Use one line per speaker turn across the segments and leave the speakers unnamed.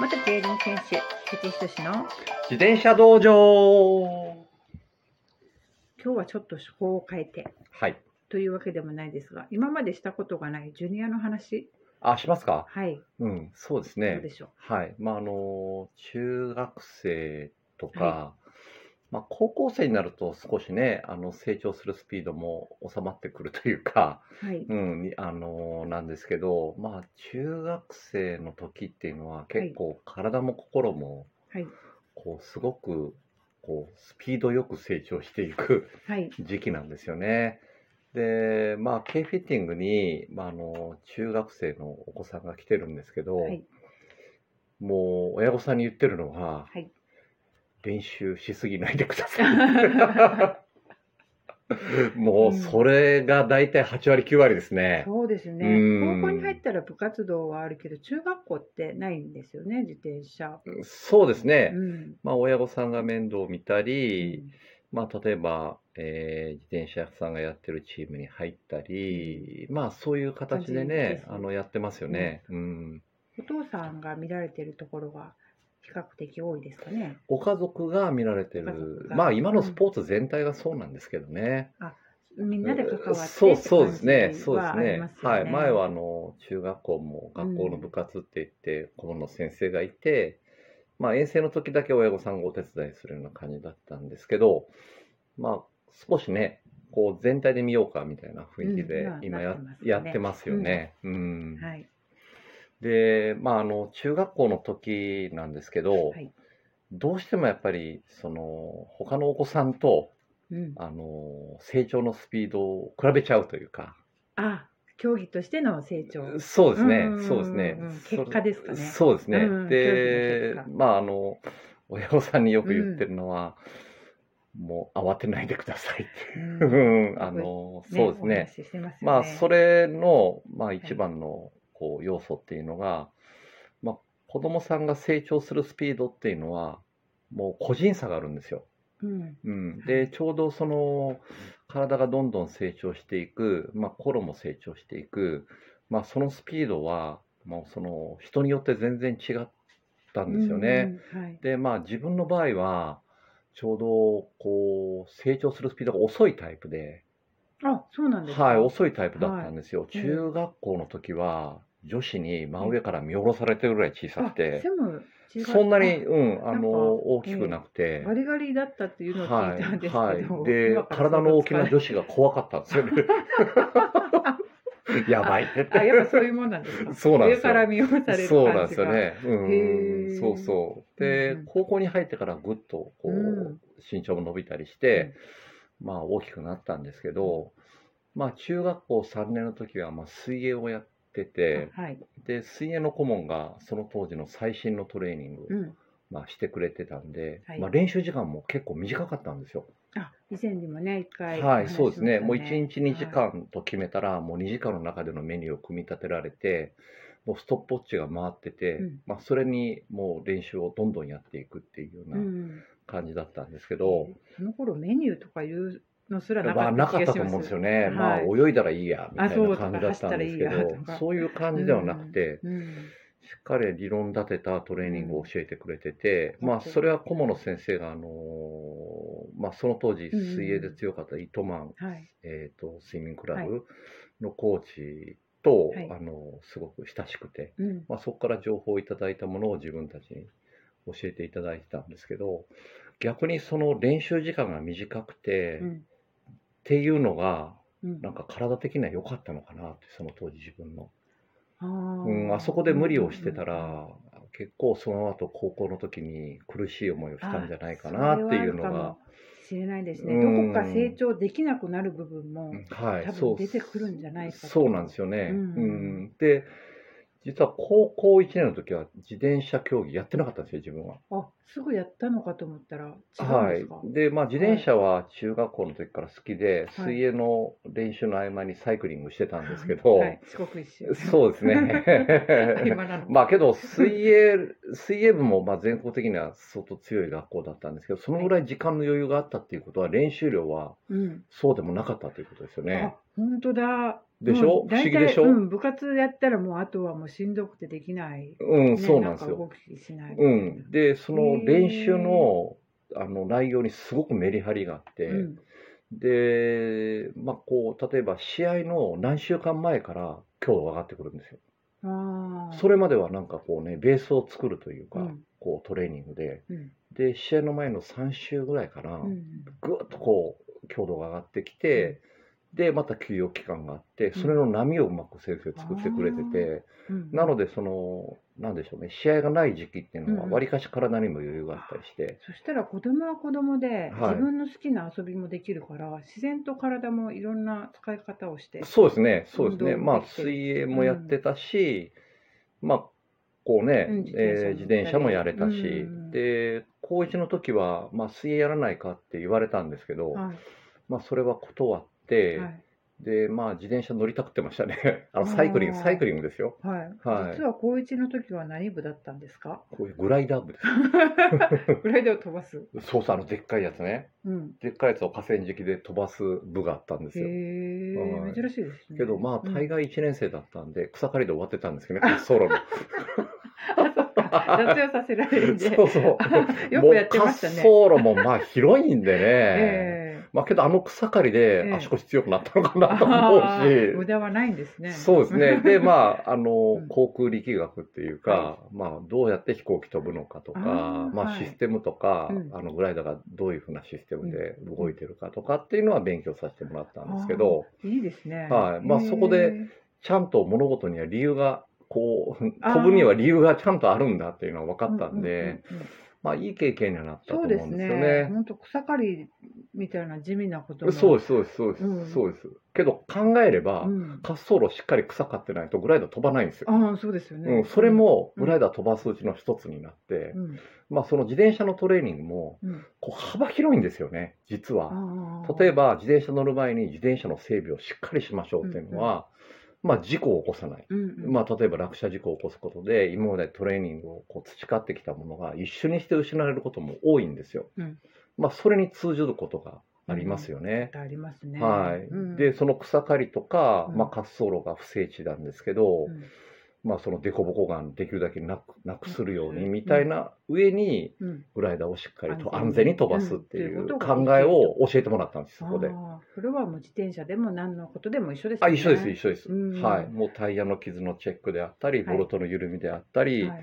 元競輪選手菊池仁の
自転車道場
今日はちょっと趣向を変えて
はい。
というわけでもないですが今までしたことがないジュニアの話
あ、しますか
はい
うん、そうです
どう
ね
で。しょ
はい。まあ、あの、中学生とか、
は
まあ、高校生になると少しね、あの、成長するスピードも収まってくるというか、
うはい
うん、にあの、なんですけど、まあ、中学生の時っていうのは結構体も心も、
はい
こう、すごく、こう、スピードよく成長していく
はい
時期なんですよね。で、まあ、K フィッティングに、まあ、あの中学生のお子さんが来てるんですけど、
はい
もう親御さんに言ってるのは、
はい
練習しすぎないでくださ い。もうそれが大体8割9割ですね。
そうですね
うん
高校に入ったら部活動はあるけど中学校ってないんですよね自転車
そうですね。
うん
まあ親御さんが面倒を見たり、
う
まあ、例えば、えー自転車屋さんがやってるチームに入ったり、まあ、そういう形で
感じで
ね
す、ね
あのやってますよね、うん。
んお父さんが見られてるところが比較的多いですかね
ご家族が見られて
ご家族
る、
が
まあ、今のスポーツ全体がそうなんですけどね。
みんなで関わって
そうそうですね、
って
そう
感
で
じ
す
はあり
ね
ま。よ
はい、前はあの中学校も学校の部活って言って、顧問の先生がいて、まあ、遠征の時だけ親御さんがお手伝いするような感じだったんですけど、まあ、少しね、こう全体で見ようかみたいな雰囲気で
うん
今
な
や,、
ってますね
やってますよね。うん
はい
で、まあ、あの中学校の時なんですけど、
はい
どうしてもやっぱりその他のお子さんと
うん
あの成長のスピードを比べちゃうというか。
あ競技としての成長
そうですね
うんうんうんう、ん
そうですね。
結果ですかね
そそうですね。
うん競技
で
の結、
まあ、あの、親御さんによく言ってるのは、もう慌てないでくださいっていう
ね
うん。あの、そうです
お
ね
話。ししてますよね
まあ、それの、まあ、
い
一番の、こう、要素っていうのが、まあ、子供さんが成長するスピードっていうのは、もう個人差があるんですよ。
うん
うん、でちょうどその体がどんどん成長していく、まあ、心も成長していく、まあ、そのスピードはもうその人によって全然違ったんですよね。。
うんうんはい
でまあ自分の場合はちょうどこう成長するスピードが遅いタイプで、
あ、そうなんですか。
はい、遅いタイプだったんですよ。
いうん
中学校の時は女子に真上から見下ろされてるぐらい小さく
あ
て
背、も違う
そんなに、うん、
か
あの大きくなくて。
ガリガリだったっていうのを聞いたんですけど、
はいはい、 で
今から
体の大きな
想像
女子が怖かったんですよね。 やばいって
つかないあ、やっぱそういうもんなんですか。
そうなんです
上か
よ
ら見下ろされる感じが。
そうなんですよ。ね。
へー
うん、そうそう。で、
うんうん
高校に入ってからぐっとこう、
うん
身長も伸びたりして、まあ大きくなったんですけど、まあ中学校3年の時はまあ水泳をやってて、
はい。
で水泳の顧問がその当時の最新のトレーニングを、
うん。
まあしてくれてたんで、
はい
まあ練習時間も結構短かったんですよ。
あ、以前にもね、一回、
はい、そうですね。もう1
一
日2時間と決めたら、もう2時間の中でのメニューを組み立てられて、もうストップウォッチが回ってて、
うん
まあ、それにもう練習をどんどんやっていくっていうよ
う。
うなん感じだったんですけど、
その頃メニューとかいうのすらな
ま
か
あ、
った
なかったと思うんですよね。ま
は
あ、
い
泳いだらいいや、みたい
あそ
な
う
感じだったんですけ
走ったらいいやと
ど
か、
そういう感じではなくて、
うん。
しっかり理論立てたトレーニングを教えてくれてて、
うん
まあそれは顧問の先生が、あのーまあ、その当
う
時
ん
水泳で強かった糸満、
はい。
えー、とスイミングクラブのコーチと、
はい
あのすごく親しくて、
うん。
まあ、そこから情報をいただいたものを自分たちに教えていただいてたんですけど逆にその練習時間が短くて、
う
っ
ん。
ていうのが
うん
なんか体的には良かったのかなってその当時自分の、
あ
うん、
ー
あそこで無理をしてたら、
うんうんうん
結構その後高校の時に苦しい思いをしたんじゃないかなっていうの
あそれはある
が
かもしれないですね、
うん
どこか成長できなくなる部分も、
は
多
い、
分
そう
出てくるんじゃないかと
そうなんですよね。
う
うんんで実は高校1年の時は自転車競技やってなかったんですよ自分は。
あすぐやったのかと思ったら違うん
は
で
い
すか、、
でまあ自転車は中学校の時から好きで、
はい
水泳の練習の合間にサイクリングしてたんですけど、
はい、四国一周
そうですね。
今な の、
まあけど水泳水泳部もまあ全国的には相当強い学校だったんですけどそのぐらい時間の余裕があったっていうことは練習量は
うん
そうでもなかったということですよね
あ。本当だ
でしょ、
もう
不思
大
議で
体
しょ、う
うんん、部活やったらもうあとはもうしんどくてできない、ね
そうなんです
か
よ。
動きしない、
うん、でそ
へ
の
ー
練習のあの内容にすごくメリハリがあって、
うん
で、まあ、こう例えば試合の何週間前から今日上がってくるんですよ。
あー
それまではなんかこうねベースを作るというか、
うん
こうトレーニングで
うん
で試合の前の3週ぐらいから、
うん
ぐっとこう強度が上がってきて、でまた休養期間があって
うん
それの波をうまく先生作ってくれてて、
うん
なのでそのなんでしょうね試合がない時期っていうの
う
は
んうん
わりかし体にも余裕があったりして、
そしたら子供は子供で、
はい
自分の好きな遊びもできるから自然と体もいろんな使い方をして
そうですねそうですね
運動
ま
も
あ
できて
水泳もやってたし、まあこうね、
うん自転車も
えー自転車もやれたし、
うん
で高1の時は、まあ、水泳やらないかって言われたんですけど、
は
まあ、それは断っ
い
て、
はい
でまあ自転車乗りたくってましたねあのサイクリング
あー
サイクリングですよ
は、
はいい
実は高一の時は何部だったんですか
こういうグライダー部です
グライダーを飛ばす、
そうそう、あのでっかいやつね。
うん、
でっかいやつを河川敷で飛ばす部があったんです
へ
よ。
え
はい
珍しいですね
けど、まあ、
うん
大概1年生だったんで、草刈りで終わってたんです けどね、ソロの。
あそっか雑用させられるんで
そうそ う。
よくやってましたね
もう滑走路もまあ広いんでね。
ええ
まあけどあの草刈り
え
で
え
足腰強くなったのかなと思
ああ ー
う
無
し、
駄はないんですね
そうですね。で、まあ、あの
うん、
航空力学っていうか、まあ、どうやって飛行機飛ぶのかとか、
あー
ま
は
あ、
い
システムとか、
うん
あの、グライダーがどういうふうなシステムで動いてるかとかっていうのは勉強させてもらったんですけど、
あーいいですね
はいまあ
へえ
そこでちゃんと物事には理由が、こう、
あー
飛ぶには理由がちゃんとあるんだっていうのは分かったんで、
うんうんうん
まあ、いい経験にはなったと
そ
思
う
う
んで
ですすよ
ね
ね。
本当草刈りみたいな地味なこと
そう
す、
です、そうです、そうで
うん
す、そうです。けど考えれば、
うん、
滑走路しっかり草刈ってないとグライダー飛ばないんですよ。
ああそうですよね、
うん、それもグライダー飛ばすうちの一つになって、
うん、
まあ、その自転車のトレーニングも
うん
こう幅広いんですよね実は。
ああ
例えば自転車乗る前に自転車の整備をしっかりしましょうっていうのは、まあ、事故を起こさない、
うんうん
まあ、例えば落車事故を起こすことで今までトレーニングをこう培ってきたものが一瞬にして失われることも多いんですよ。
うん
まあ、それに通じることがありますよね。
ありますね
はい
うん
でその草刈りとか、
うん
まあ、滑走路が不整地なんですけど、
うん
まあ、その凸凹感できるだけなくなくするように
うん
みたいな上に
うん
グライダーをしっかりと
安
安
全
全
に
に飛ばすってい
うんっていう
う
こと
考
が
えを教えてもらったんですそこで。
ああそれはもう自転車でも何のことでも一緒ですよ
あ
ね
一緒です一緒です、
うん
はいもうタイヤの傷のチェックであったり
はい
ボルトの緩みであったり、
はい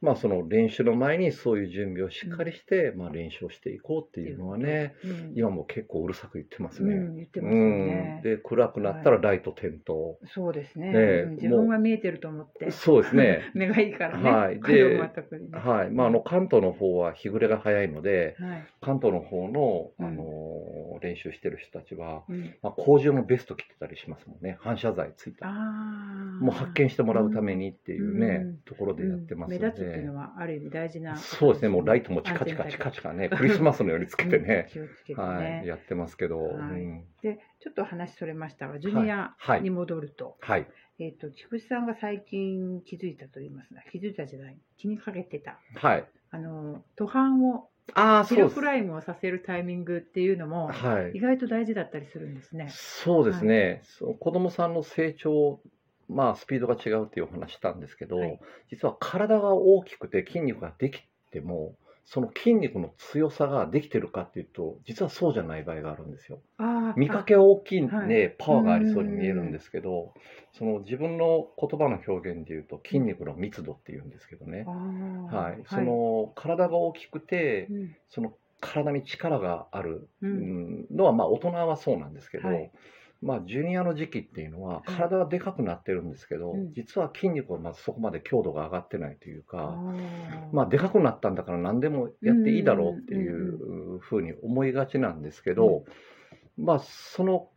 まあその練習の前にそういう準備をしっかりして、まあ練習をしていこうっていうのはね
うん
今も結構うるさく言ってます
う
ね。
ん、言ってますよ
うん
ね、
で暗くなったらライト点灯、
そうですね、
ねえ
うん自分が見えてると思って
そうですね
目がいいからね、
はいで
子供は特にね
はいまあ、あの関東の方は日暮れが早いので
はい
関東の方の、
うん
あのー練習してる人たちは、
うん、
まあ、工場のベスト着てたりしますもんね反射材ついた
ああ
もう発見してもらうためにっていうね、
うん
ところでやってます
うん目
ので、
立つっていうのはある意味大事なこと
そうですねもうライトもチカチカチカチカ ねクリスマスのようにつけて
うん
ね、
気をつけてね、
はい、やってますけど、
はい
うん
でちょっと話それましたがジュニア
はい
に戻ると,、
はい
えー、と菊池さんが最近気づいたと言いますが気づいたじゃない気にかけてた
はい
あの途半を
ああ
ヒ
そう
ル
です
クライムをさせるタイミングっていうのも
はい
意外と大事だったりするんですね。
そうですね、そう子供さんの成長、まあ、スピードが違うっていうお話したんですけど、
はい
実は体が大きくて筋肉ができてもその筋肉の強さができてるかっていうと実はそうじゃない場合があるんですよ。
あー
見かけは大きいんで、
は
パワーがありそうに見えるんですけどその自分の言葉の表現で言うと筋肉の密度っていうんですけどね
あ、ー
はい、その体が大きくて
うん
その体に力がある
う
うんんのはまあ大人はそうなんですけど、
はい
まあ、ジュニアの時期っていうのは
はい
体はでかくなってるんですけど、
うん
実は筋肉はまずそこまで強度が上がってないという
あ
か、
ー
まあ、でかくなったんだから何でもやっていいだろうってい
ん
うふうに思いがちなんですけど、まあ、その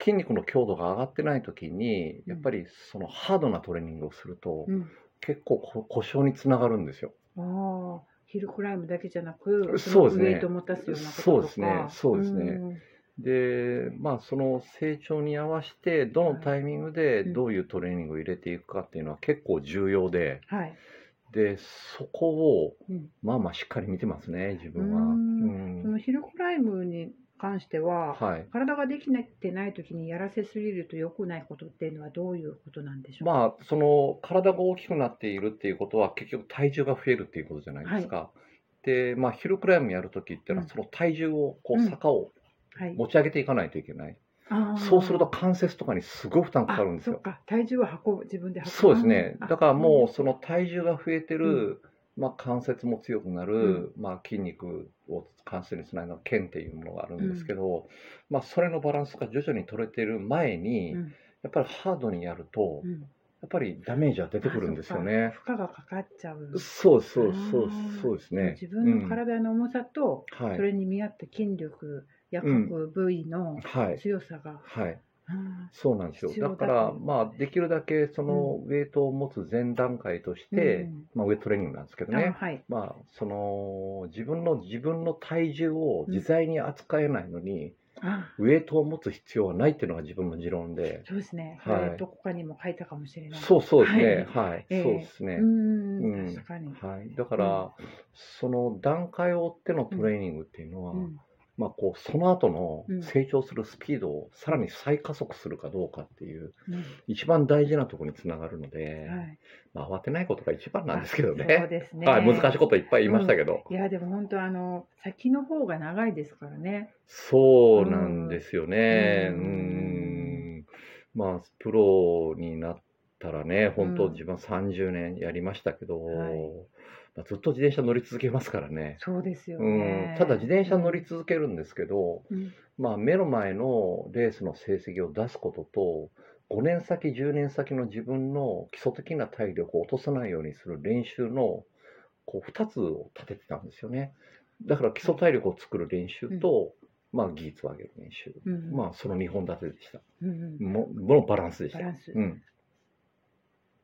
筋肉の強度が上がってない時にやっぱりそのハードなトレーニングをすると
うん
結構こ故障につながるんですよ。
あーヒルクライムだけじゃなく
そうですね
のウェイトを持たすようなこととか
そうですねそうですね
ん
でまあその成長に合わせてどのタイミングで
うん
どういうトレーニングを入れていくかっていうのは結構重要で
はい
でそこを
うん
まあまあしっかり見てますね自分
う
は。
ーん
うん
そのヒルクライムに関しては、
はい。
体ができてない時にやらせすぎると良くないことっていうのはどういうことなんでしょうか、
まあ、その体が大きくなっているっていうことは、結局体重が増えるっていうことじゃないですか。で、まあ、ヒルクライムやるときっていうのは、
うん
その体重を、こ
う
う、
ん
坂を
はい、
持ち上げていかないといけない。
あー
そうすると関節とかにすごい負担かかるんです
そっ
よ。
か体重を運ぶ自分で運ぶ
そうですね。
あ
だからもうその体重が増えてる、まあ関節も強くなる、まあ筋肉を関節につないだ腱っていうものがあるんですけど、まあそれのバランスが徐々に取れてる前に、
うん
やっぱりハードにやると、
うん
やっぱりダメージは出てくるんですよね。
あそっか負荷がかかっちゃう
そうそうそ
あ
う
ー
そうですね。
自分の体の重さと、
うん、は
そ
い
れに見合った筋力や
うん
各部位の
はい
強さが、
はい。
うん
そうなんですよ。
必要
だ
だ
か
と
ら、
いう
まあ、できるだけそのウェイトを持つ前段階として、
うん
まあ、ウェイトレーニングなんですけ
あ
どね、
はい
まあ、その自分の自分の体重を自在に扱えないのに、
あ
ウェイトを持つ必要はないっていうのが自分の持論で、
そうですね、
はい
それどこかにも書いたかもしれない
そうそうですね、はい、
ええ
そうですね。
ん
うん
確かに、
はい、だから、
うん
その段階を追ってのトレーニングっていうのは、
うん
まあ、こうその後の
うん
成長するスピードをさらに再加速するかどうかっていう、
うん
一番大事なところにつながるので、
はい、
まあ、慌てないことが一番なんですけど
そう
ね。
ですね、
はい、難しいこといっぱい言いましたけど、
いやでも本当あの先の方が長いですからね
そうなんですよね。う
うんん
まあ、プロになったらね、本当
うん
自分30年やりましたけど、
はい
まあ、ずっと自転車乗り続けますからね。
そうですよ
うん
ね、、
ただ自転車乗り続けるんですけど、
うん
まあ、目の前のレースの成績を出すことと、5年先、10年先の自分の基礎的な体力を落とさないようにする練習のこう2つを立ててたんですよね。だから基礎体力を作る練習と、まあ、技術を上げる練習、
うん
まあ、その2本立てでした。
うんうん
もものバランスでし
バ
た。
ランス、
うん、